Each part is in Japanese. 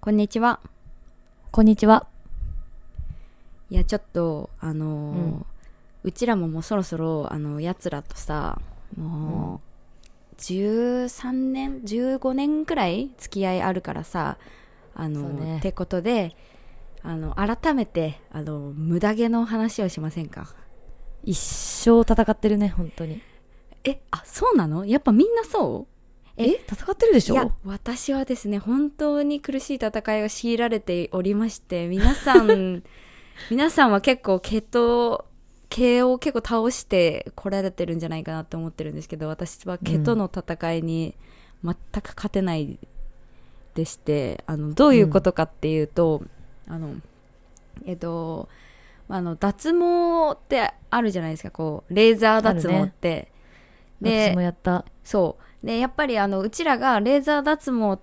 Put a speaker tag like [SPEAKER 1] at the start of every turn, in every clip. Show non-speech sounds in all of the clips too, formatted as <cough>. [SPEAKER 1] こんにちは。
[SPEAKER 2] こんにちは。
[SPEAKER 1] いや、ちょっと、あのーう
[SPEAKER 2] うん
[SPEAKER 1] ちらももうそろそろ、あの、奴らとさ、もう、13年、15年くらい付き合いあるからさ、あの、
[SPEAKER 2] そうね
[SPEAKER 1] ってことで、あの、改めて、あの、無駄毛の話をしませんか。
[SPEAKER 2] 一生戦ってるね、本当に。
[SPEAKER 1] え、あ、そうなのやっぱみんなそうえ
[SPEAKER 2] 戦ってるでし
[SPEAKER 1] い
[SPEAKER 2] ょ
[SPEAKER 1] や私はですね本当に苦しい戦いを強いられておりまして皆さ
[SPEAKER 2] <laughs>
[SPEAKER 1] ん皆さんは結構毛と毛を結構倒してこられてるんじゃないかなと思ってるんですけど私は毛との戦いに全く勝てないでして、あのどういうことかっていうと、あのえっとあの脱毛ってあるじゃないですかこうレーザー脱毛って。
[SPEAKER 2] 私もやった。
[SPEAKER 1] そう。で、やっぱりあの、うちらがレーザー脱毛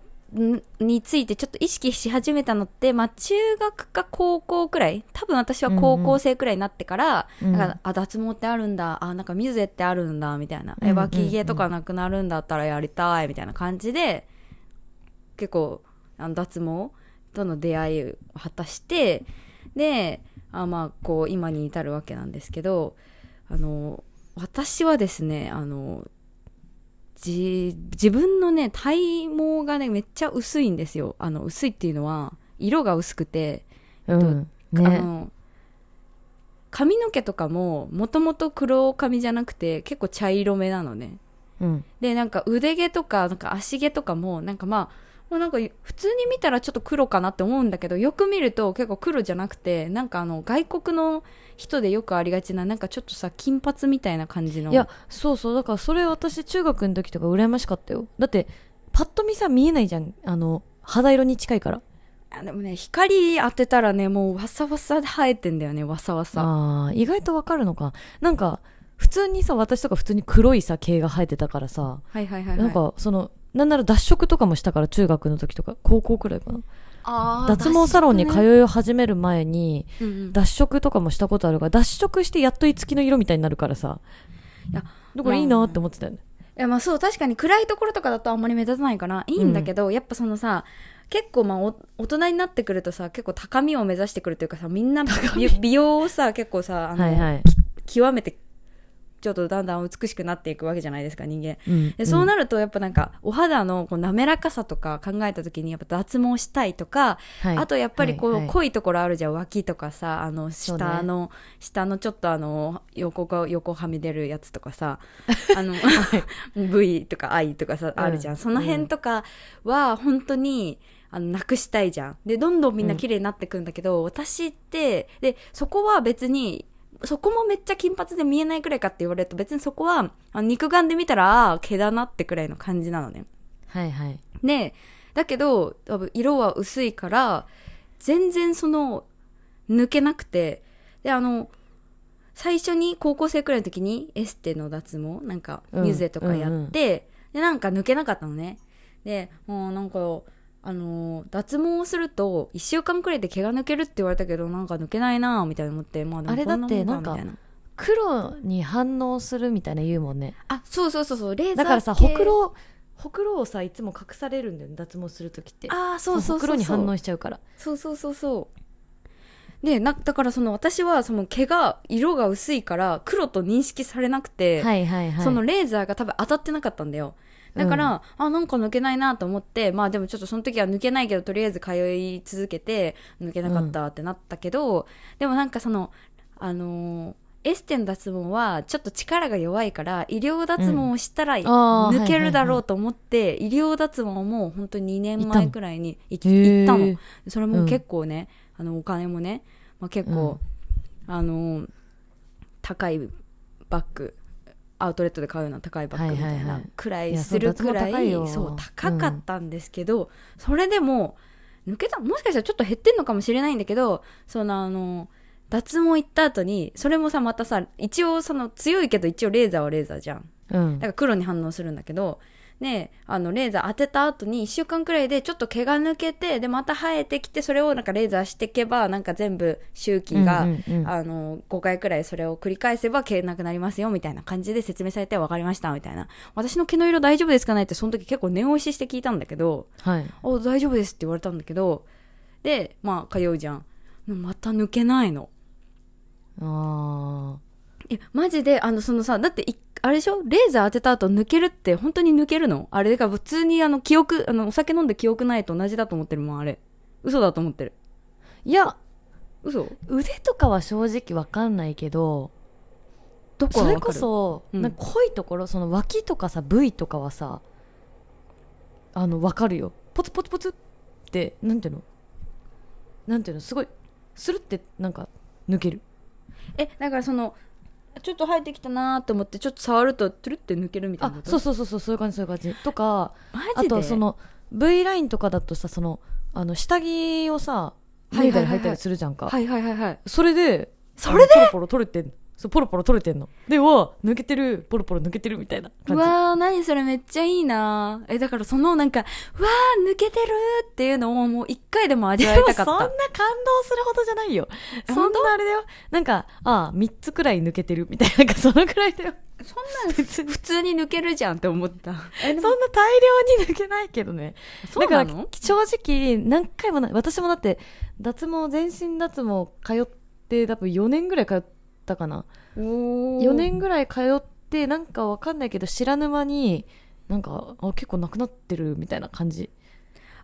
[SPEAKER 1] んについてちょっと意識し始めたのって、まあ、中学か高校くらい多分私は高校生くらいになってから、
[SPEAKER 2] うん
[SPEAKER 1] なんか、あ、脱毛ってあるんだ、あ、なんか水ってあるんだ、みたいな。
[SPEAKER 2] うん
[SPEAKER 1] え、
[SPEAKER 2] うん
[SPEAKER 1] 脇毛とかなくなるんだったらやりたい、みたいな感じで、結構、あの脱毛との出会いを果たして、で、あまあ、こう、今に至るわけなんですけど、あの、私はですね、あの、じ、自分のね、体毛がね、めっちゃ薄いんですよ。あの、薄いっていうのは、色が薄くて、
[SPEAKER 2] うん。
[SPEAKER 1] あ
[SPEAKER 2] ね。
[SPEAKER 1] の、髪の毛とかも、もともと黒髪じゃなくて、結構茶色めなのね。
[SPEAKER 2] うん。
[SPEAKER 1] で、なんか腕毛とか、なんか足毛とかも、なんかまあ、もうなんか普通に見たらちょっと黒かなって思うんだけど、よく見ると結構黒じゃなくて、なんかあの、外国の人でよくありがちな、なんかちょっとさ、金髪みたいな感じの。
[SPEAKER 2] いや、そうそう。だからそれ私中学の時とか羨ましかったよ。だって、パッと見さ見えないじゃん。あの、肌色に近いから。
[SPEAKER 1] あでもね、光当てたらね、もうわさわさで生えてんだよね、わさわさ。
[SPEAKER 2] ああ、意外とわかるのか。なんか、普通にさ、私とか普通に黒いさ、毛が生えてたからさ、
[SPEAKER 1] はいはいはい、はい。
[SPEAKER 2] なんか、その、なんなら脱色とかもしたから、中学の時とか、高校くらいかな。
[SPEAKER 1] あー、
[SPEAKER 2] 脱毛サロンに
[SPEAKER 1] う、
[SPEAKER 2] 通い始める前に、
[SPEAKER 1] うんうん
[SPEAKER 2] 脱色とかもしたことあるから脱色してやっと五木の色みたいになるからさ
[SPEAKER 1] いや
[SPEAKER 2] だからいいなって思ってたよね、
[SPEAKER 1] いやまあそう確かに暗いところとかだとあんまり目立たないからいいんだけど、やっぱそのさ結構まあお大人になってくるとさ結構高みを目指してくるというかさみんな美美容をさ結構さあの、
[SPEAKER 2] はいはい、
[SPEAKER 1] 極めてちょっとだんだん美しくなっていくわけじゃないですか人間。
[SPEAKER 2] うん
[SPEAKER 1] でそうなるとやっぱなんかお肌のこう滑らかさとか考えた時にやっぱ脱毛したいとか、
[SPEAKER 2] はい
[SPEAKER 1] あとやっぱりこう、
[SPEAKER 2] はいはい
[SPEAKER 1] 濃いところあるじゃん脇とかさあの
[SPEAKER 2] そう
[SPEAKER 1] 下
[SPEAKER 2] ね
[SPEAKER 1] の、下のちょっとあの横が横はみ出るやつとか
[SPEAKER 2] <laughs>
[SPEAKER 1] さあの <laughs> V とか I とかさ
[SPEAKER 2] うん
[SPEAKER 1] あるじゃん、その辺とかは本当にあのなくしたいじゃんでどんどんみんな綺麗になってくんだけど、私ってでそこは別にそこもめっちゃ金髪で見えないくらいかって言われると別にそこはあの肉眼で見たらあー毛だなってくらいの感じなのね。
[SPEAKER 2] はいはい
[SPEAKER 1] ねだけど多分色は薄いから全然その抜けなくてであの最初に高校生くらいの時にエステの脱毛なんか
[SPEAKER 2] うん
[SPEAKER 1] ミュゼとかやって、でなんか抜けなかったのねでもうなんかあの脱毛をすると1週間くらいで毛が抜けるって言われたけどなんか抜けないなぁみたいに思って、まあ、でも
[SPEAKER 2] あれだって
[SPEAKER 1] こも
[SPEAKER 2] なんか
[SPEAKER 1] みたい
[SPEAKER 2] 黒に反応するみたいな言うもんね
[SPEAKER 1] あそうそうそうそうレーザー
[SPEAKER 2] だからさ
[SPEAKER 1] 系
[SPEAKER 2] ほくろほくろをさいつも隠されるんだよね脱毛する時って
[SPEAKER 1] ああそうそうそうそう
[SPEAKER 2] ほくろに反応しちゃうから
[SPEAKER 1] そうそうそうそう。で、な、だからその私はその毛が、色が薄いから黒と認識されなくて、
[SPEAKER 2] いはいは
[SPEAKER 1] そのレーザーが多分当たってなかったんだよ。だから、あ、なんか抜けないなと思って、まあでもちょっとその時は抜けないけど、とりあえず通い続けて、抜けなかったってなったけど、でもなんかその、あのーエステの脱毛はちょっと力が弱いから、医療脱毛をしたら
[SPEAKER 2] あー
[SPEAKER 1] 抜けるだろうと思って、医療脱毛も本当に2年前くらいに行き行
[SPEAKER 2] へー
[SPEAKER 1] ったの。それも結構ね、あのお金もね、まあ、結構、あの高いバッグアウトレットで買うような高いバッグみた
[SPEAKER 2] はいいはい
[SPEAKER 1] な
[SPEAKER 2] はい
[SPEAKER 1] くら
[SPEAKER 2] い
[SPEAKER 1] い
[SPEAKER 2] や
[SPEAKER 1] するくらい,、
[SPEAKER 2] そう脱毛高いよ
[SPEAKER 1] そう高かったんですけど、それでも抜けたもしかしたらちょっと減ってんのかもしれないんだけどそのあの脱毛行った後にそれもさまたさ一応その強いけど一応レーザーはレーザーじゃん
[SPEAKER 2] うん
[SPEAKER 1] だから黒に反応するんだけど、ね、あのレーザー当てた後に1週間くらいでちょっと毛が抜けてでまた生えてきてそれをなんかレーザーしていけばなんか全部周期が、
[SPEAKER 2] うんうんうん
[SPEAKER 1] あの5回くらいそれを繰り返せば毛なくなりますよみたいな感じで説明されて分かりましたみたいな私の毛の色大丈夫ですかねってその時結構念押しして聞いたんだけど
[SPEAKER 2] はい
[SPEAKER 1] 「お大丈夫です」って言われたんだけどでまあ通うじゃんでもまた抜けないの
[SPEAKER 2] あ
[SPEAKER 1] えマジであのそのさだっていあれでしょレーザー当てた後抜けるって本当に抜けるのあれが普通にあの記憶あのお酒飲んで記憶ないと同じだと思ってるもんあれ嘘だと思ってる
[SPEAKER 2] ーいや
[SPEAKER 1] 嘘
[SPEAKER 2] 腕とかは正直わかんないけど
[SPEAKER 1] どこ
[SPEAKER 2] そ
[SPEAKER 1] が
[SPEAKER 2] れ
[SPEAKER 1] わか
[SPEAKER 2] こ
[SPEAKER 1] る
[SPEAKER 2] そ、
[SPEAKER 1] うん
[SPEAKER 2] なんか濃いところその脇とかさ部位とかはさあのわかるよポツポツポツってなんていうのなんていうのすごいスルってなんか抜ける
[SPEAKER 1] えだからそのちょっと生えてきたなーと思ってちょっと触るとトゥルって抜けるみたい
[SPEAKER 2] あ
[SPEAKER 1] なこと
[SPEAKER 2] そうそうそうそうそういう感じそういう感じとか
[SPEAKER 1] マ
[SPEAKER 2] あ
[SPEAKER 1] ジで
[SPEAKER 2] とその V ラインとかだとさそのあの下着をさ
[SPEAKER 1] い
[SPEAKER 2] 脱
[SPEAKER 1] はい
[SPEAKER 2] い
[SPEAKER 1] は
[SPEAKER 2] だ
[SPEAKER 1] い
[SPEAKER 2] り
[SPEAKER 1] はい
[SPEAKER 2] 履いたりするじゃんか、
[SPEAKER 1] はいはいはいはい
[SPEAKER 2] それで
[SPEAKER 1] それ
[SPEAKER 2] でポロポロ取れてんそうポロポロ取れてんのでは抜けてるポロポロ抜けてるみたいな
[SPEAKER 1] う
[SPEAKER 2] 感じ
[SPEAKER 1] わー何それめっちゃいいなーえだからそのなんかうわー抜けてるーっていうのをもう一回でも味わい
[SPEAKER 2] でも
[SPEAKER 1] た
[SPEAKER 2] そ
[SPEAKER 1] かっ
[SPEAKER 2] んな感
[SPEAKER 1] た
[SPEAKER 2] 動するほどじゃないよ
[SPEAKER 1] え
[SPEAKER 2] そんなあれだよなんかああ3つくらい抜けてるみたいななんかそのくらいだよ
[SPEAKER 1] そんなん
[SPEAKER 2] 別に
[SPEAKER 1] 普通に抜けるじゃんって思ったえ
[SPEAKER 2] そん
[SPEAKER 1] で
[SPEAKER 2] な
[SPEAKER 1] も
[SPEAKER 2] 大量に抜けないけどね
[SPEAKER 1] そうなの
[SPEAKER 2] だから正直何回もな私もだって脱毛全身脱毛通って多分4年ぐらい通ったかな
[SPEAKER 1] お
[SPEAKER 2] 4年ぐらい通ってなんかわかんないけど知らぬ間になんかあ結構なくなってるみたいな感じ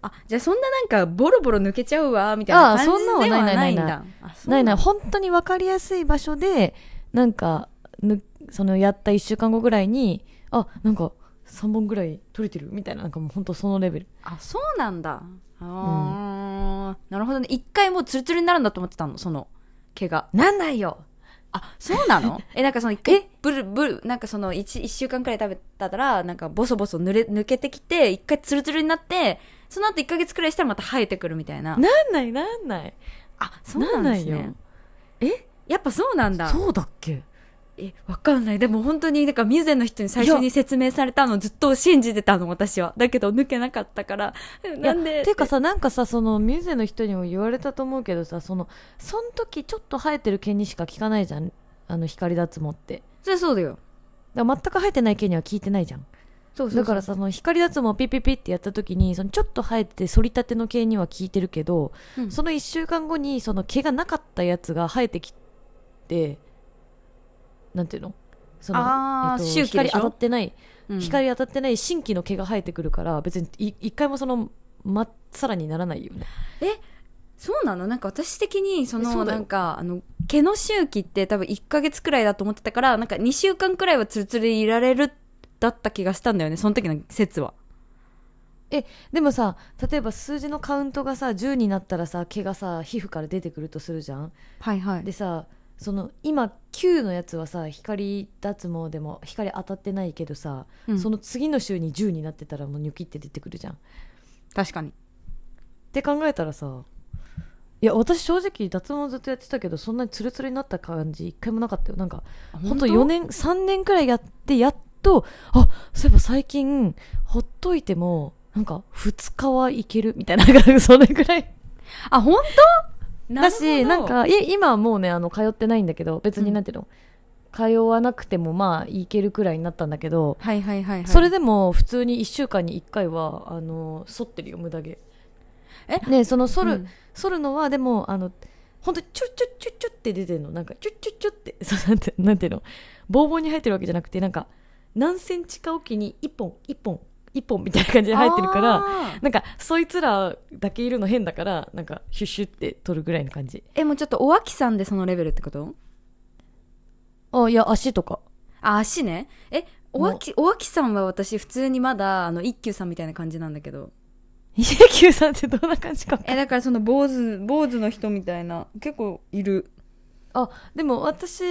[SPEAKER 1] あじゃあそんななんかボロボロ抜けちゃうわーみたいな感
[SPEAKER 2] あー
[SPEAKER 1] じ
[SPEAKER 2] そん
[SPEAKER 1] で
[SPEAKER 2] なのは
[SPEAKER 1] は
[SPEAKER 2] な
[SPEAKER 1] な
[SPEAKER 2] いないい
[SPEAKER 1] ん
[SPEAKER 2] ない
[SPEAKER 1] だあそう
[SPEAKER 2] ないない
[SPEAKER 1] んだ
[SPEAKER 2] 本当に分かりやすい場所でなんかぬそのやった1週間後ぐらいにあなんか3本ぐらい取れてるみたいななんかもう本当そのレベル
[SPEAKER 1] あそうなんだあー、なるほどね一回もうツルツルになるんだと思ってたのその毛が
[SPEAKER 2] なんないよ
[SPEAKER 1] あそうな
[SPEAKER 2] <laughs>
[SPEAKER 1] のえなんかその一回ブルブルなんかその 1, 週間くらい食べたらなんかボソボソ濡れ抜けてきて一回ツルツルになってその後一1ヶ月くらいしたらまた生えてくるみたいな
[SPEAKER 2] なんないなんない
[SPEAKER 1] あそうなんです
[SPEAKER 2] なんない
[SPEAKER 1] ね
[SPEAKER 2] よ
[SPEAKER 1] えやっぱそうなんだ
[SPEAKER 2] そうだっけ
[SPEAKER 1] えわかんないでも本当になんかミゼの人に最初
[SPEAKER 2] い
[SPEAKER 1] に
[SPEAKER 2] や
[SPEAKER 1] 説明されたのずっと信じてたの私はだけど抜けなかったからえ
[SPEAKER 2] い
[SPEAKER 1] な
[SPEAKER 2] や
[SPEAKER 1] んで
[SPEAKER 2] ていうかさなんかさそのミューゼの人にも言われたと思うけどさそのその時ちょっと生えてる毛にしか効かないじゃんあの光脱毛って
[SPEAKER 1] そりゃそうだよ
[SPEAKER 2] だから全く生えてない毛には効いてないじゃん
[SPEAKER 1] そうそうそう
[SPEAKER 2] だからさその光脱毛をピッピッピッってやった時にそのちょっと生えて反りたての毛には効いてるけど、
[SPEAKER 1] うん
[SPEAKER 2] その1週間後にその毛がなかったやつが生えてきてなんていうのその
[SPEAKER 1] あー周期で
[SPEAKER 2] 光
[SPEAKER 1] しょ
[SPEAKER 2] 当たってない、
[SPEAKER 1] うん
[SPEAKER 2] 光当たってない新規の毛が生えてくるから別にい一回もそのまさらにならないよね
[SPEAKER 1] そうなのなんか私的にそ
[SPEAKER 2] そ
[SPEAKER 1] の
[SPEAKER 2] うだ
[SPEAKER 1] な
[SPEAKER 2] よ
[SPEAKER 1] んかあの毛の周期って多分1ヶ月くらいだと思ってたからなんか2週間くらいはツルツルでいられるだった気がしたんだよねその時の説は
[SPEAKER 2] えでもさ例えば数字のカウントがさ10になったらさ毛がさ皮膚から出てくるとするじゃん
[SPEAKER 1] はいはい
[SPEAKER 2] でさその今9のやつはさ光脱毛でも光当たってないけどさ、
[SPEAKER 1] うん
[SPEAKER 2] その次の週に10になってたらもうニョキって出てくるじゃん。っ
[SPEAKER 1] 確かに
[SPEAKER 2] て考えたらさいや私正直脱毛ずっとやってたけどそんなにツルツルになった感じ一回もなかったよなんかほんと4年3年くらいやってやっとあそういえば最近ほっといてもなんか2日はいけるみたいななんかそれぐらい
[SPEAKER 1] あ本当
[SPEAKER 2] だし、なんか、い今はもうね、あの、通ってないんだけど、別
[SPEAKER 1] う
[SPEAKER 2] に
[SPEAKER 1] ん
[SPEAKER 2] なんていうの、通わなくても、まあ、いけるくらいになったんだけど、
[SPEAKER 1] はいはいはい、はい、
[SPEAKER 2] それでも、普通に1週間に1回は、あの、剃ってるよ、無駄毛。
[SPEAKER 1] え
[SPEAKER 2] ねその、
[SPEAKER 1] そ
[SPEAKER 2] 剃る、剃るのは、でも、あの、ほんと、ちょちょちょちょって出てるの。なんか、ちょちょちょって、 <laughs> そう、なんて、なんていうの、ボーボーに生えてるわけじゃなくて、なんか、何センチかおきに、1本、1本、1本みたいな感じで生えてるから、なんか、そいつらだけいるの変だから、なんか、シュッシュって取るぐらいの感じ。
[SPEAKER 1] えもうちょっとおわきさんでそのレベルってこと
[SPEAKER 2] あ、いや、足とか。 <laughs>
[SPEAKER 1] あ足ねえおわきおわきさんは私普通にまだあの一休さんみたいな感じなんだけど
[SPEAKER 2] 家球さんってどんな感じか。
[SPEAKER 1] えだからその坊主坊主の人みたいな結構いる
[SPEAKER 2] あ、でも私、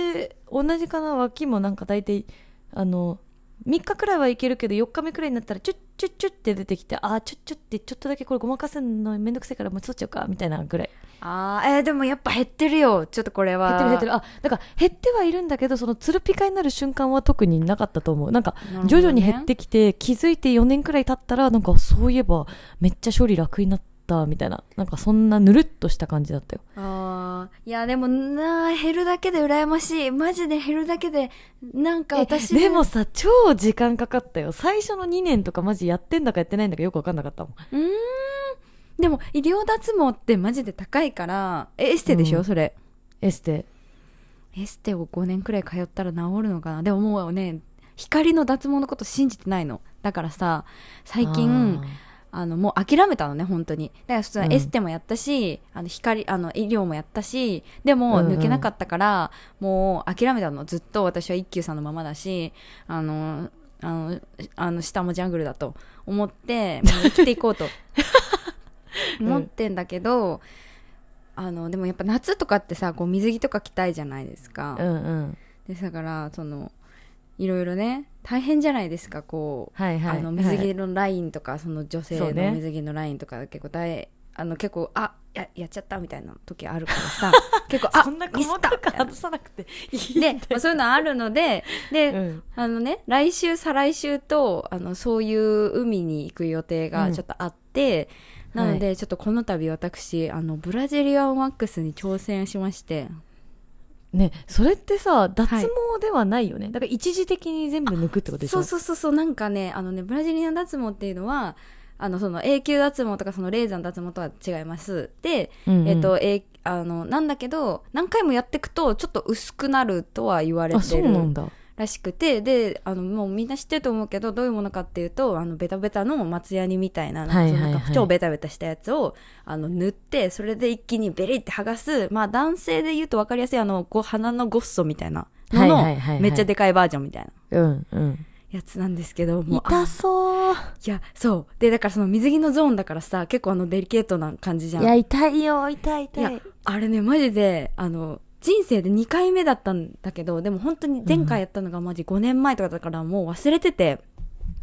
[SPEAKER 2] 同じかな、脇もなんか大体、あの、3日くらいはいけるけど、4日目くらいになったら、チュッチュッチュッって出てきて、あー、チュッチュッって、ちょっとだけこれごまかすのめんどくせえから、もう取っちゃうか、みたいなぐらい。
[SPEAKER 1] あーえーでもやっぱ減ってるよちょっとこれは
[SPEAKER 2] 減ってる減ってる。あ、だから減ってはいるんだけど、そのつるぴかになる瞬間は特になかったと思う。なんか、
[SPEAKER 1] なるほどね
[SPEAKER 2] 徐々に減ってきて、気づいて4年くらい経ったら、なんか、そういえば、めっちゃ処理楽になった、みたいな。なんか、そんなぬるっとした感じだったよ。
[SPEAKER 1] あーいやでもなー減るだけで羨ましいマジで減るだけでなんか
[SPEAKER 2] え
[SPEAKER 1] 私
[SPEAKER 2] でもさ超時間かかったよ最初の2年とかマジやってんだかやってないんだかよく分かんなかったもん
[SPEAKER 1] うーんでも医療脱毛ってマジで高いからえエステでしょ、
[SPEAKER 2] うん
[SPEAKER 1] それ
[SPEAKER 2] エステ
[SPEAKER 1] エステを5年くらい通ったら治るのかなでももうね光の脱毛のこと信じてないのだからさ最近あのもう諦めたのね本当にだから普通は
[SPEAKER 2] うん
[SPEAKER 1] エステもやったし、あの光あの医療もやったしでも
[SPEAKER 2] うんうん
[SPEAKER 1] 抜けなかったから、もう諦めたのずっと私は一休さんのままだしあのあのあの下もジャングルだと思ってもう生きてい
[SPEAKER 2] <laughs>
[SPEAKER 1] こうと
[SPEAKER 2] うん
[SPEAKER 1] 思ってんだけど、あのでもやっぱ夏とかってさこう水着とか着たいじゃないですか、
[SPEAKER 2] うんうん
[SPEAKER 1] ですからそのいろいろね大変じゃないですかこう
[SPEAKER 2] はいはい
[SPEAKER 1] あの
[SPEAKER 2] は
[SPEAKER 1] 水
[SPEAKER 2] い
[SPEAKER 1] 着のラインとか、その女性
[SPEAKER 2] そう
[SPEAKER 1] の
[SPEAKER 2] ね
[SPEAKER 1] 水着のラインとか結構大、あの結構あややっちゃったみたいな時あるから
[SPEAKER 2] <laughs>
[SPEAKER 1] さ結構あ
[SPEAKER 2] そんな
[SPEAKER 1] ミ
[SPEAKER 2] 細
[SPEAKER 1] スっ
[SPEAKER 2] か
[SPEAKER 1] たみ
[SPEAKER 2] く
[SPEAKER 1] たいな
[SPEAKER 2] 外さなくていい
[SPEAKER 1] で、まあそういうのあるのでで、
[SPEAKER 2] <laughs> うん
[SPEAKER 1] あのね来週再来週とあのそういう海に行く予定がちょっとあって、
[SPEAKER 2] うん
[SPEAKER 1] なので、ちょっとこの度私あのブラジリアンワックスに挑戦しまして
[SPEAKER 2] ねそれってさ脱毛ではないよね、だから一時的に全部抜くってことでし
[SPEAKER 1] そ
[SPEAKER 2] ょ
[SPEAKER 1] うそうそうそうなんかねあのねブラジリアン脱毛っていうのはあのその永久脱毛とかそのレーザーの脱毛とは違いますで
[SPEAKER 2] うんうん
[SPEAKER 1] えっと、えーあの、なんだけど、何回もやっていくと、ちょっと薄くなるとは言われ
[SPEAKER 2] あそ
[SPEAKER 1] て
[SPEAKER 2] うなん
[SPEAKER 1] る
[SPEAKER 2] だ
[SPEAKER 1] らしくて、で、あの、もうみんな知ってると思うけど、どういうものかっていうと、あの、ベタベタの松ヤニみたいな、
[SPEAKER 2] は
[SPEAKER 1] ないんか
[SPEAKER 2] はいはい
[SPEAKER 1] なんか超ベタベタしたやつを、あの、塗って、それで一気にベリって剥がす、まあ男性で言うと分かりやすい、あの、ご鼻のゴッソみたいなのの、
[SPEAKER 2] はいはいはいはい
[SPEAKER 1] めっちゃでかいバージョンみたいな
[SPEAKER 2] うんうん
[SPEAKER 1] やつなんですけど、もう、あ
[SPEAKER 2] 痛そう
[SPEAKER 1] いや、そう。で、だからその水着のゾーンだからさ、結構あの、デリケートな感じじゃん。
[SPEAKER 2] いや痛いよ痛い痛い
[SPEAKER 1] いやあれねマジであの人生で2回目だったんだけどでも本当に前回やったのがマジ5年前とかだからもう忘れてて、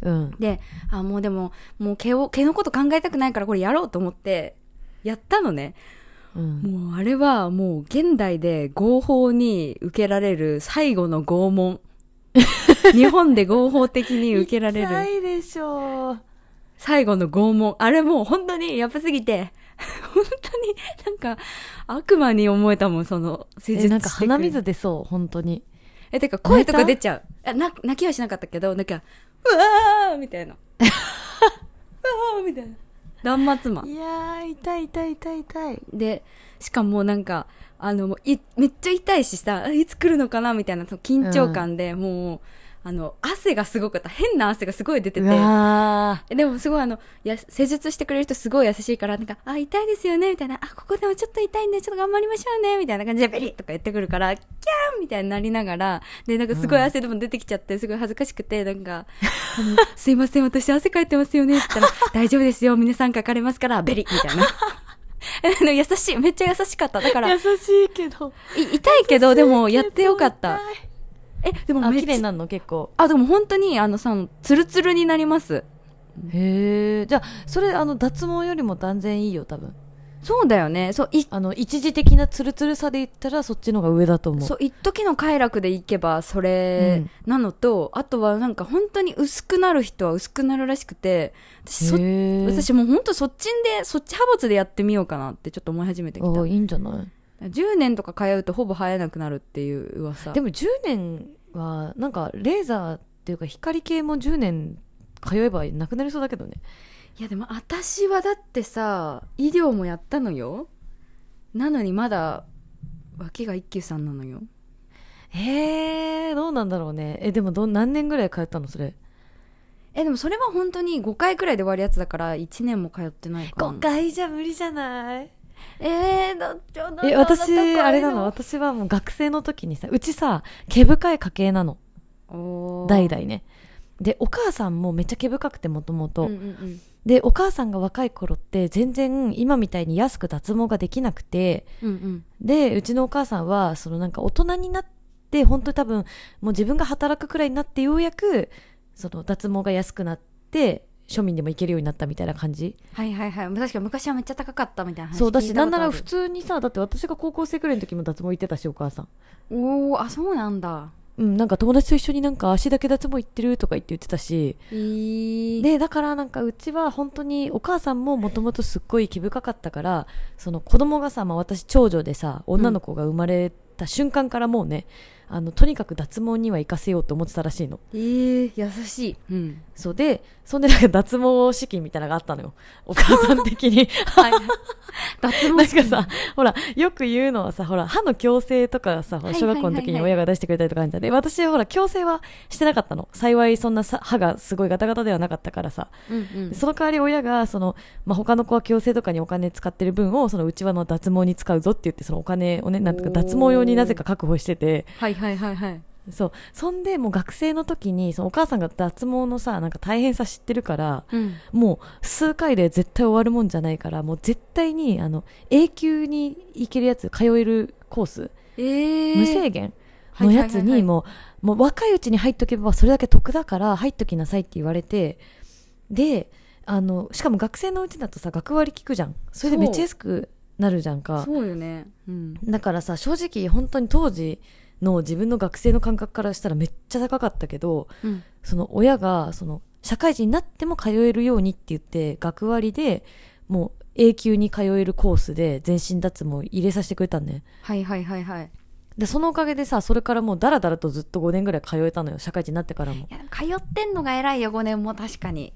[SPEAKER 2] うん
[SPEAKER 1] であもうでももう毛を毛のこと考えたくないからこれやろうと思ってやったのね
[SPEAKER 2] うん
[SPEAKER 1] もうあれはもう現代で合法に受けられる最後の拷
[SPEAKER 2] <laughs>
[SPEAKER 1] 問日本で合法的に受けられ
[SPEAKER 2] 痛
[SPEAKER 1] る
[SPEAKER 2] いでしょう
[SPEAKER 1] 最後の拷問あれもう本当にやばすぎて <laughs> 本当になんか悪魔に思えたもんその施術
[SPEAKER 2] えなんか
[SPEAKER 1] してくる
[SPEAKER 2] 鼻水出そう本当に
[SPEAKER 1] え、てか声とか出ちゃう。あな泣きはしなかったけど、なんか、うわーみ
[SPEAKER 2] <laughs>
[SPEAKER 1] たいな。うわーみたいな。断末魔。
[SPEAKER 2] いやー痛い痛い痛い痛い
[SPEAKER 1] で、しかもなんか、あの、もういめっちゃ痛いしさ、あいつ来るのかなみたいなその緊張感で、もう、あの、汗がすごかった。変な汗がすごい出て
[SPEAKER 2] う
[SPEAKER 1] て。
[SPEAKER 2] わ
[SPEAKER 1] でもすごいあの、や、施術してくれる人すごい優しいから、なんか、あ、痛いですよねみたいな、あ、ここでもちょっと痛いんで、ちょっと頑張りましょうねみたいな感じで、ベリッとか言ってくるから、キャーンみたいになりながら、で、なんかすごい汗でも出てきちゃって、すごい恥ずかしくて、なんか、あの、すいません、私汗かいてますよねって言ったら、 <laughs> 大丈夫ですよ、皆さんかかれますから、ベリッみたいな。 <laughs> あの優しい、めっちゃ優しかった。だか
[SPEAKER 2] ー
[SPEAKER 1] ら、い
[SPEAKER 2] 優しいけど
[SPEAKER 1] 痛いけど、でもやってよかった。え、でも
[SPEAKER 2] あ
[SPEAKER 1] めっ
[SPEAKER 2] 綺麗
[SPEAKER 1] ち
[SPEAKER 2] に
[SPEAKER 1] ゃ、
[SPEAKER 2] なるの結構
[SPEAKER 1] あ、でも本当に、あのさ、ツルツルになります。
[SPEAKER 2] へえじゃあそれあの脱毛よりも断然いいよ多分
[SPEAKER 1] そうだよね。そう、い
[SPEAKER 2] あの一時的なツルツルさで言ったらそっちの方が上だと思う
[SPEAKER 1] そう一時の快楽でいけばそれなのと、あとはなんか本当に薄くなる人は薄くなるらしくて私そ
[SPEAKER 2] へー
[SPEAKER 1] 私もう本当そっちんでそっち派閥でやってみようかなってちょっと思い始めてきた
[SPEAKER 2] あいいんじゃない
[SPEAKER 1] 10年とか通うとほぼ生えなくなるっていう噂
[SPEAKER 2] でも10年はなんかレーザーっていうか光系も10年通えばなくなりそうだけどね
[SPEAKER 1] いやでも私はだってさ医療もやったのよなのにまだ脇が一休さんなのよ
[SPEAKER 2] へえどうなんだろうねえでもど何年ぐらい通ったのそれ
[SPEAKER 1] えでもそれは本当に5回くらいで終わるやつだから1年も通ってないかな
[SPEAKER 2] 回じゃ無理じゃない
[SPEAKER 1] えー、どっちょど
[SPEAKER 2] え私あれなの私はもう学生の時にさうちさ毛深い家系なの代々ねでお母さんもめっちゃ毛深くてもともと
[SPEAKER 1] うんうんうん
[SPEAKER 2] でお母さんが若い頃って全然今みたいに安く脱毛ができなくて
[SPEAKER 1] うんうん
[SPEAKER 2] でうちのお母さんはそのなんか大人になって本当に多分もう自分が働くくらいになってようやくその脱毛が安くなって庶民でも行けるようになったみたいな感じ
[SPEAKER 1] はいはいはい確かに昔はめっちゃ高かったみたいな話
[SPEAKER 2] そうだし
[SPEAKER 1] 聞い
[SPEAKER 2] な
[SPEAKER 1] たこ
[SPEAKER 2] んな
[SPEAKER 1] とあ
[SPEAKER 2] ら
[SPEAKER 1] る
[SPEAKER 2] 普通にさだって私が高校生くらいの時も脱毛行ってたしお母さん
[SPEAKER 1] おおあそうなんだ
[SPEAKER 2] うんなんか友達と一緒になんか足だけ脱毛行ってるとか言って言ってたし
[SPEAKER 1] えー、
[SPEAKER 2] でだからなんかうちは本当にお母さんももともとすっごい気深かったからその子供がさ、まあ、私長女でさ女の子が生まれた瞬間からもうね、あのとにかく脱毛には行かせようと思ってたらしいの
[SPEAKER 1] えー、優しい。うん。
[SPEAKER 2] そうでそんでなんか脱毛資金みたいなのがあったのよお母さん的に
[SPEAKER 1] はい。 <laughs> 脱
[SPEAKER 2] な
[SPEAKER 1] 毛
[SPEAKER 2] んかさ、ほら、よく言うのはさ、ほら、歯の矯正とかさ、ほら
[SPEAKER 1] はい
[SPEAKER 2] 小学校の時に親が出してくれたりとかあるじゃん。で、私はほら、矯正はしてなかったの。幸い、そんなさ歯がすごいガタガタではなかったからさ。
[SPEAKER 1] うんうん。
[SPEAKER 2] その代わり親が、その、まあ、他の子は矯正とかにお金使ってる分を、その、うちはの脱毛に使うぞって言って、そのお金をね、なんとか
[SPEAKER 1] おー
[SPEAKER 2] 脱毛用になぜか確保してて、
[SPEAKER 1] はいはいはいはい。
[SPEAKER 2] そう。そんで、もう学生の時に、そのお母さんが脱毛のさ、なんか大変さ知ってるから、
[SPEAKER 1] うん。
[SPEAKER 2] もう数回で絶対終わるもんじゃないからもう絶対にあの永久に行けるやつ通えるコース、
[SPEAKER 1] えー。
[SPEAKER 2] 無制限のやつにもう,、もう若いうちに入っとけばそれだけ得だから入っときなさいって言われてであのしかも学生のうちだとさ学割聞くじゃんそれでめっちゃ安くなるじゃんか
[SPEAKER 1] そうよね。うん。
[SPEAKER 2] だからさ正直本当に当時の自分の学生の感覚からしたらめっちゃ高かったけど、
[SPEAKER 1] うん。
[SPEAKER 2] その親がその社会人になっても通えるようにって言って学割でもう永久に通えるコースで全身脱毛入れさせてくれたんね
[SPEAKER 1] はいはいはいはい。
[SPEAKER 2] でそのおかげでさそれからもうダラダラとずっと5年ぐらい通えたのよ社会人になってから
[SPEAKER 1] い
[SPEAKER 2] も
[SPEAKER 1] や、通ってんのが偉いよ、5年も確かに。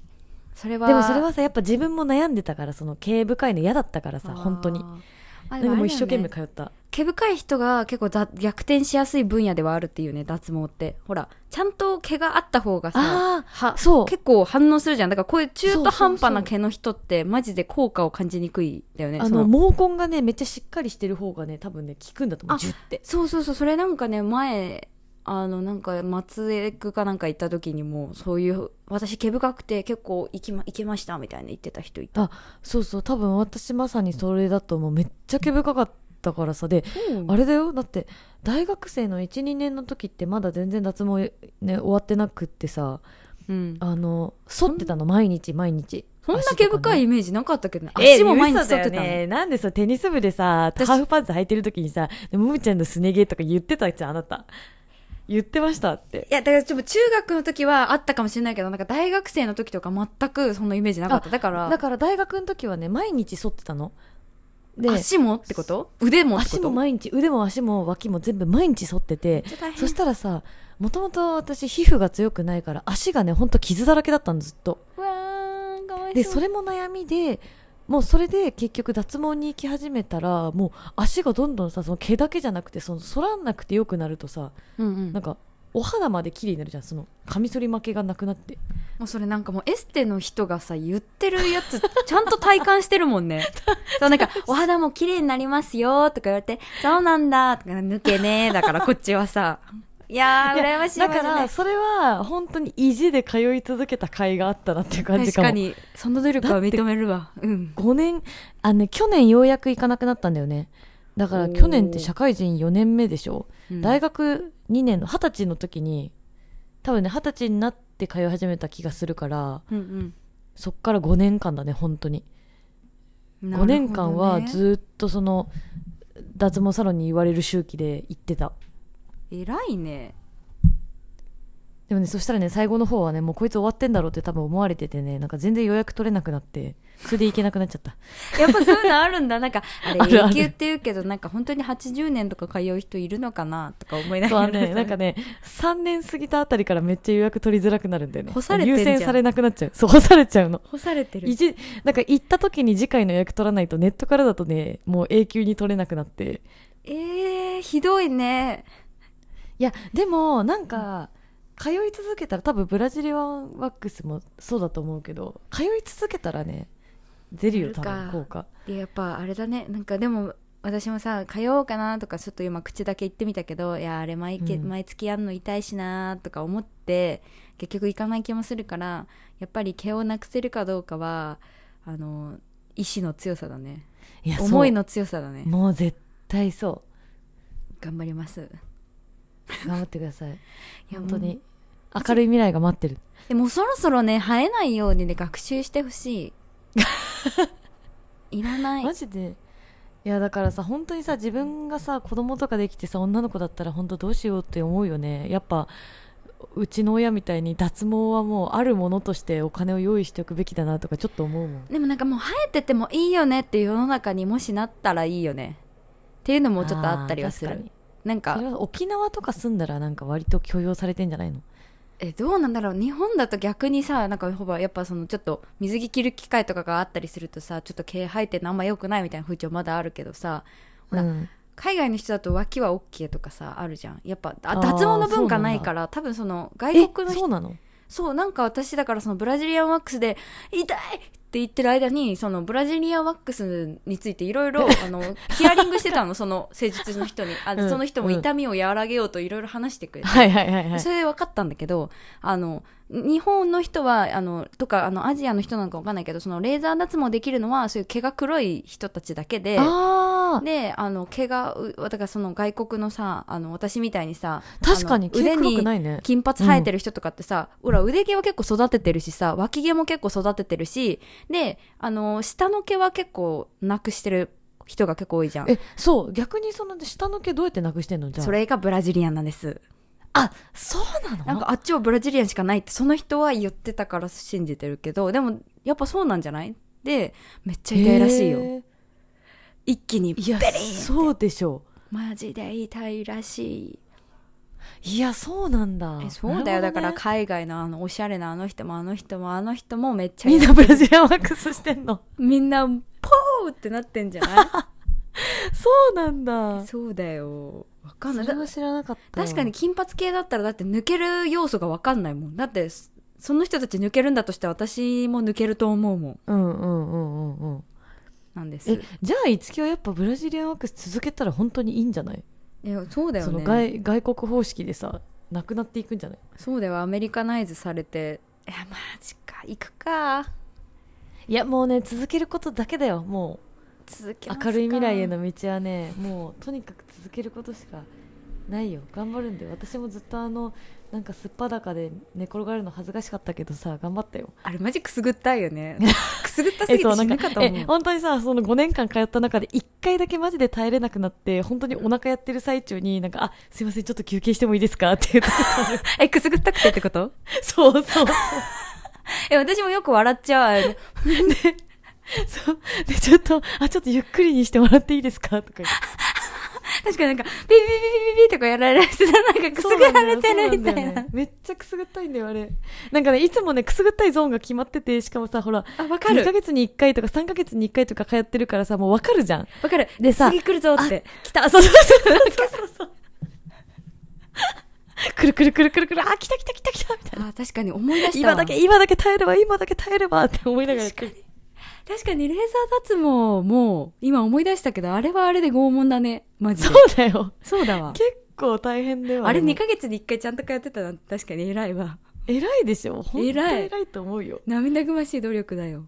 [SPEAKER 1] それは。
[SPEAKER 2] でもそれはさやっぱ自分も悩んでたからその経営深いの嫌だったからさ本当に
[SPEAKER 1] あー。まあ
[SPEAKER 2] で
[SPEAKER 1] でもも
[SPEAKER 2] もも
[SPEAKER 1] う
[SPEAKER 2] う
[SPEAKER 1] 一
[SPEAKER 2] 一
[SPEAKER 1] 生
[SPEAKER 2] 生
[SPEAKER 1] 懸
[SPEAKER 2] 懸
[SPEAKER 1] 命
[SPEAKER 2] 命。通った
[SPEAKER 1] 毛深い人が結構だ逆転しやすい分野ではあるっていうね、脱毛って。ほら、ちゃんと毛があった方がさ、
[SPEAKER 2] あ
[SPEAKER 1] は
[SPEAKER 2] そう
[SPEAKER 1] 結構反応するじゃん。だからこういう中途半
[SPEAKER 2] そう
[SPEAKER 1] 端
[SPEAKER 2] そうそ
[SPEAKER 1] な
[SPEAKER 2] う
[SPEAKER 1] 毛の人って、マジで効果を感じにくいんだよね。
[SPEAKER 2] あ
[SPEAKER 1] そ
[SPEAKER 2] の毛根がねめっちゃしっかりしてる方がね多分ね効くんだと思
[SPEAKER 1] あ
[SPEAKER 2] うジュッて
[SPEAKER 1] そうそうそうそれなんかね前あのなんか松江区かなんか行った時にもそういう私毛深くて結構行き、ま、行けましたみたいな言ってた人いた
[SPEAKER 2] あそうそう多分私まさにそれだと思うめっちゃ毛深かったからさであ
[SPEAKER 1] れ
[SPEAKER 2] れだよだって大学生の12年の時ってまだ全然脱毛、ね、終わってなくってさ
[SPEAKER 1] うん
[SPEAKER 2] あの剃ってたの毎日毎日
[SPEAKER 1] そんな毛深い
[SPEAKER 2] い
[SPEAKER 1] イメージなかったけどね足も毎日剃ってたの、
[SPEAKER 2] ねなんでさテニス部でさハ
[SPEAKER 1] 私
[SPEAKER 2] ーフパンツ履いてる時にさ「ももちゃんのすね毛」とか言ってたじゃんあなた言ってましたって
[SPEAKER 1] いやだからちょっと中学の時はあったかもしれないけどなんか大学生の時とか全くそんなイメージなかっただから
[SPEAKER 2] だから大学の時はね毎日剃ってたので
[SPEAKER 1] 足もってこと腕もってこと
[SPEAKER 2] 足も毎日腕も足も脇も全部毎日剃ってて
[SPEAKER 1] めっちゃ大変
[SPEAKER 2] <laughs> そしたらさもともと私皮膚が強くないから足がねほんと傷だらけだったのずっと
[SPEAKER 1] うわーかわいそう
[SPEAKER 2] でそれも悩みでもうそれで結局脱毛に行き始めたらもう足がどんどんさその毛だけじゃなくてその剃らなくてよくなるとさ
[SPEAKER 1] うんうん
[SPEAKER 2] なんかお肌まで綺麗になるじゃんそのカミソリ負けがなくなって
[SPEAKER 1] もうそれなんかもうエステの人がさ言ってるやつちゃんと体感してるもんね <laughs> そうなんか「お肌も綺麗になりますよ」とか言われて「そうなんだ」とか「抜けねえ」だからこっちはさ <laughs> いやー
[SPEAKER 2] いや
[SPEAKER 1] 羨ましい
[SPEAKER 2] だ
[SPEAKER 1] マ
[SPEAKER 2] から
[SPEAKER 1] ジ
[SPEAKER 2] それは本当に意地で通い続けた甲斐があったなっていう感
[SPEAKER 1] で
[SPEAKER 2] じ
[SPEAKER 1] 確
[SPEAKER 2] かも
[SPEAKER 1] かにその努力は認めるわうん
[SPEAKER 2] 5年あの、ね、去年ようやく行かなくなったんだよねだから去年って社会人4年目でしょ大
[SPEAKER 1] 学
[SPEAKER 2] 学2年の二十歳の時に多分ね二十歳になって通い始めた気がするから
[SPEAKER 1] うん
[SPEAKER 2] そっから5年間だね本当に、
[SPEAKER 1] うん
[SPEAKER 2] 5年間は
[SPEAKER 1] なるほどね
[SPEAKER 2] ずっとその脱毛サロンに言われる周期で行ってた
[SPEAKER 1] 偉いね
[SPEAKER 2] でもねそしたらね最後の方はねもうこいつ終わってんだろうって多分思われててねなんか全然予約取れなくなってそれで行けなくなっちゃった
[SPEAKER 1] <laughs> やっぱそういうのあるんだなんかあれ
[SPEAKER 2] <laughs> ある
[SPEAKER 1] 永
[SPEAKER 2] ある
[SPEAKER 1] 久っていうけどなんか本当に80年とか通う人いるのかなとか思いな
[SPEAKER 2] そう
[SPEAKER 1] が
[SPEAKER 2] あ
[SPEAKER 1] ら
[SPEAKER 2] の
[SPEAKER 1] <laughs>
[SPEAKER 2] ねなんかね3年過ぎたあたりからめっちゃ予約取りづらくなるんだよね
[SPEAKER 1] 干されてんじゃん
[SPEAKER 2] 優先されなくなっちゃうそう干されちゃうの
[SPEAKER 1] 干されてる
[SPEAKER 2] いじなんか行った時に次回の予約取らないとネットからだとねもう永久に取れなくなって
[SPEAKER 1] えー、ひどいね
[SPEAKER 2] いやでもなんか通い続けたら多分ブラジリアンワックスもそうだと思うけど通い続けたらね出るよ
[SPEAKER 1] 出る
[SPEAKER 2] 多
[SPEAKER 1] か
[SPEAKER 2] 分効果
[SPEAKER 1] でやっぱあれだねなんかでも私もさ通おうかなとかちょっと今口だけ言ってみたけどいやあれ毎,、け
[SPEAKER 2] うん
[SPEAKER 1] 毎月やんの痛いしなとか思って結局行かない気もするからやっぱり毛をなくせるかどうかはあの意志の強さだね
[SPEAKER 2] いや
[SPEAKER 1] 思い
[SPEAKER 2] の
[SPEAKER 1] の強さだね
[SPEAKER 2] もう絶対そ
[SPEAKER 1] 頑張ります
[SPEAKER 2] う頑張ってくださ <laughs> い
[SPEAKER 1] いや
[SPEAKER 2] 本当
[SPEAKER 1] もう
[SPEAKER 2] に明るい未来が待ってる
[SPEAKER 1] でもそろそろね生えないようにね学習してほし <laughs> いいらない
[SPEAKER 2] マジでいやだからさ本当にさ自分がさ子供とかできてさ女の子だったら本当どうしようって思うよねやっぱうちの親みたいに脱毛はもうあるものとしてお金を用意しておくべきだなとかちょっと思うもん
[SPEAKER 1] でもなんかもう生えててもいいよねっていう世の中にもしなったらいいよねっていうのもちょっとあったりはす
[SPEAKER 2] ー
[SPEAKER 1] る
[SPEAKER 2] 確か
[SPEAKER 1] なん
[SPEAKER 2] そ
[SPEAKER 1] か
[SPEAKER 2] れは沖縄とか住んだらなんか割と許容されてんじゃないの
[SPEAKER 1] えどうなんだろう日本だと逆にさなんかほらやっぱそのちょっと水着着る機会とかがあったりするとさちょっと毛生えてるのあんま良くないみたいな風潮まだあるけどさほら
[SPEAKER 2] うん
[SPEAKER 1] 海外の人だと脇は OK とかさあるじゃんやっぱあ
[SPEAKER 2] あー
[SPEAKER 1] 脱毛の文化ないから多分その外国の
[SPEAKER 2] え
[SPEAKER 1] 人
[SPEAKER 2] そうなの
[SPEAKER 1] そう、なんか私だからそのブラジリアンワックスで、痛いって言ってる間に、そのブラジリアンワックスについていろい
[SPEAKER 2] <laughs>
[SPEAKER 1] ろ、あの、ヒアリングしてたの、その施術の人に。あ
[SPEAKER 2] うん
[SPEAKER 1] その人も痛みを和らげようといろいろ話してくれて。
[SPEAKER 2] はいはいはいはい
[SPEAKER 1] それで分かったんだけど、あの、日本の人は、あの、とか、あの、アジアの人なんか分かんないけど、そのレーザー脱毛できるのは、そういう毛が黒い人たちだけで、
[SPEAKER 2] ああ
[SPEAKER 1] で、あの、毛が、うだからその外国のさ、あの、私みたいにさ、
[SPEAKER 2] 確かに
[SPEAKER 1] あの腕
[SPEAKER 2] 毛黒くないね
[SPEAKER 1] 金髪生えてる人とかってさ、ほら腕毛は結構育ててるしさ脇毛も結構育ててるしであの下の毛は結構なくしてる人が結構多いじゃん
[SPEAKER 2] えそう逆にその下の毛どうやってなくしてんのじゃあ
[SPEAKER 1] それがブラジリアンなんです
[SPEAKER 2] あそうなの
[SPEAKER 1] なんかあっちはブラジリアンしかないってその人は言ってたから信じてるけどでもやっぱそうなんじゃないでめっちゃ痛いらしい
[SPEAKER 2] へ
[SPEAKER 1] よ
[SPEAKER 2] ー
[SPEAKER 1] 一気に
[SPEAKER 2] いやそうでしょう
[SPEAKER 1] マジで痛いらしい
[SPEAKER 2] いやそうなんだ
[SPEAKER 1] えそうだよ、だ
[SPEAKER 2] なるほ
[SPEAKER 1] か
[SPEAKER 2] ど
[SPEAKER 1] ら
[SPEAKER 2] ね
[SPEAKER 1] 海外のあのおしゃれなあの人もあの人もあの人もめっちゃ
[SPEAKER 2] みんなブラジリアンワックスしてんの
[SPEAKER 1] みんなポーってなってんじゃない
[SPEAKER 2] <laughs> そうなんだ
[SPEAKER 1] そうだよ。わかんな
[SPEAKER 2] そ
[SPEAKER 1] い。
[SPEAKER 2] れ
[SPEAKER 1] だ
[SPEAKER 2] は知らなかったわ
[SPEAKER 1] 確かに金髪系だったらだって抜ける要素がわかんないもん。だってそその人たち抜けるんだとして私も抜けると思うもん
[SPEAKER 2] うんうんうんうんうん
[SPEAKER 1] なんです。
[SPEAKER 2] えじゃあ樹はやっぱブラジリアンワックス続けたら本当にいいんじゃない
[SPEAKER 1] いやそうだよ
[SPEAKER 2] その
[SPEAKER 1] ね。
[SPEAKER 2] 外外国方式でさなくなっていくんじゃない
[SPEAKER 1] そうだよアメリカナイズされて。いやマジか行くか
[SPEAKER 2] いやもうね続けることだけだよも
[SPEAKER 1] 続け
[SPEAKER 2] う
[SPEAKER 1] ますか
[SPEAKER 2] 明るい未来への道はねもうとにかく続けることしかないよ頑張るんで私もずっとあのなんかすっぱだかで寝転がるの恥ずかしかったけどさ頑張ったよ
[SPEAKER 1] あれマジくすぐったいよ
[SPEAKER 2] <laughs>
[SPEAKER 1] ねくすぐったすぎて
[SPEAKER 2] そう
[SPEAKER 1] 死
[SPEAKER 2] なん
[SPEAKER 1] ぬ
[SPEAKER 2] か
[SPEAKER 1] かと
[SPEAKER 2] え
[SPEAKER 1] 思う
[SPEAKER 2] 本当にさその5年間通った中で1回だけマジで耐えれなくなって本当にお腹やってる最中になんかあすいませんちょっと休憩してもいいですかって言って <laughs>
[SPEAKER 1] えくすぐったくてってこと
[SPEAKER 2] そうそうそう
[SPEAKER 1] え私もよく笑っちゃうあれ
[SPEAKER 2] そうでちょっとあちょっとゆっくりにしてもらっていいですかとか言って
[SPEAKER 1] 確かになんかピピピピピピとかやられてたなんかくすぐられてるみたいな
[SPEAKER 2] そう
[SPEAKER 1] ん
[SPEAKER 2] だよねめっちゃくすぐったいんだよあれなんかねいつもねくすぐったいゾーンが決まっててしかもさほら
[SPEAKER 1] あわか
[SPEAKER 2] 2
[SPEAKER 1] る
[SPEAKER 2] ヶ月に1回とか3ヶ月に1回とか通ってるからさもうわかるじゃん
[SPEAKER 1] わかる。
[SPEAKER 2] でさ
[SPEAKER 1] 次来るぞって。
[SPEAKER 2] 来たそうそうそうそうそうくるくるくるくるくるあ来た来た来た来たみたいな
[SPEAKER 1] あー確かに思い出したわ
[SPEAKER 2] 今だけ今だけ耐えれば今だけ耐えればって思いながらやってる
[SPEAKER 1] 確かにレーザー脱毛も今思い出したけどあれはあれで拷問だねマジ
[SPEAKER 2] そ
[SPEAKER 1] で
[SPEAKER 2] うだよ
[SPEAKER 1] そうだわ
[SPEAKER 2] 結構大変だよ
[SPEAKER 1] あれ
[SPEAKER 2] でも
[SPEAKER 1] 2ヶ月に1回ちゃんと通ってたなんて確かに偉いわ
[SPEAKER 2] 偉いでしょ本当
[SPEAKER 1] 偉い
[SPEAKER 2] 偉いと思うよ
[SPEAKER 1] 涙ぐましい努力だよ、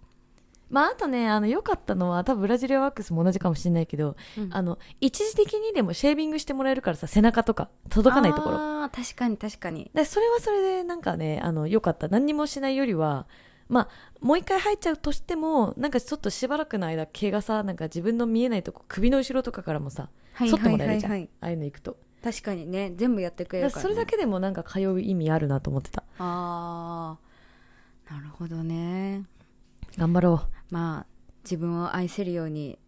[SPEAKER 2] まああとねあの良かったのは多分ブラジリアンワックスも同じかもしれないけどあの一時的にでもシェービングしてもらえるからさ背中とか届かないところ
[SPEAKER 1] あー確かに確かに
[SPEAKER 2] でそれはそれでなんかねあの良かった何にもしないよりはまあもう一回入っちゃうとしてもなんかちょっとしばらくの間毛がさなんか自分の見えないとこ首の後ろとかからもさ
[SPEAKER 1] はい
[SPEAKER 2] 剃って
[SPEAKER 1] はい
[SPEAKER 2] もら
[SPEAKER 1] は
[SPEAKER 2] え
[SPEAKER 1] い
[SPEAKER 2] るじゃん、
[SPEAKER 1] はい
[SPEAKER 2] ああいうの行くと
[SPEAKER 1] 確かにね全部やってく
[SPEAKER 2] だ
[SPEAKER 1] れ
[SPEAKER 2] か
[SPEAKER 1] るから、
[SPEAKER 2] ら
[SPEAKER 1] ね、
[SPEAKER 2] それだけでもなんか通う意味あるなと思ってた
[SPEAKER 1] ああなるほどね
[SPEAKER 2] 頑張ろ
[SPEAKER 1] まあ自分を愛せるように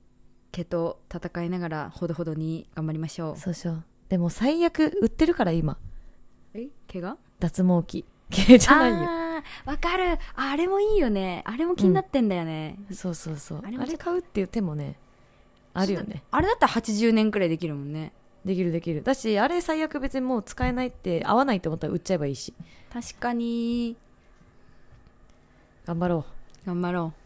[SPEAKER 1] 毛と戦いながらほどほどに頑張りましょう
[SPEAKER 2] うそうしようでも最悪売ってるから今
[SPEAKER 1] え毛が
[SPEAKER 2] 脱毛器系じゃないよ
[SPEAKER 1] あーわかるああれもいいよねあれも気になってんだよね、
[SPEAKER 2] そうそうそう
[SPEAKER 1] あれ
[SPEAKER 2] あ
[SPEAKER 1] もちょっと
[SPEAKER 2] れ買うっていう手もねあるよね
[SPEAKER 1] あれだったら80年くらいできるもんね
[SPEAKER 2] できるできるだしあれ最悪別にもう使えないって合わないと思ったら売っちゃえばいいし
[SPEAKER 1] 確かに
[SPEAKER 2] 頑張ろ
[SPEAKER 1] 頑張ろう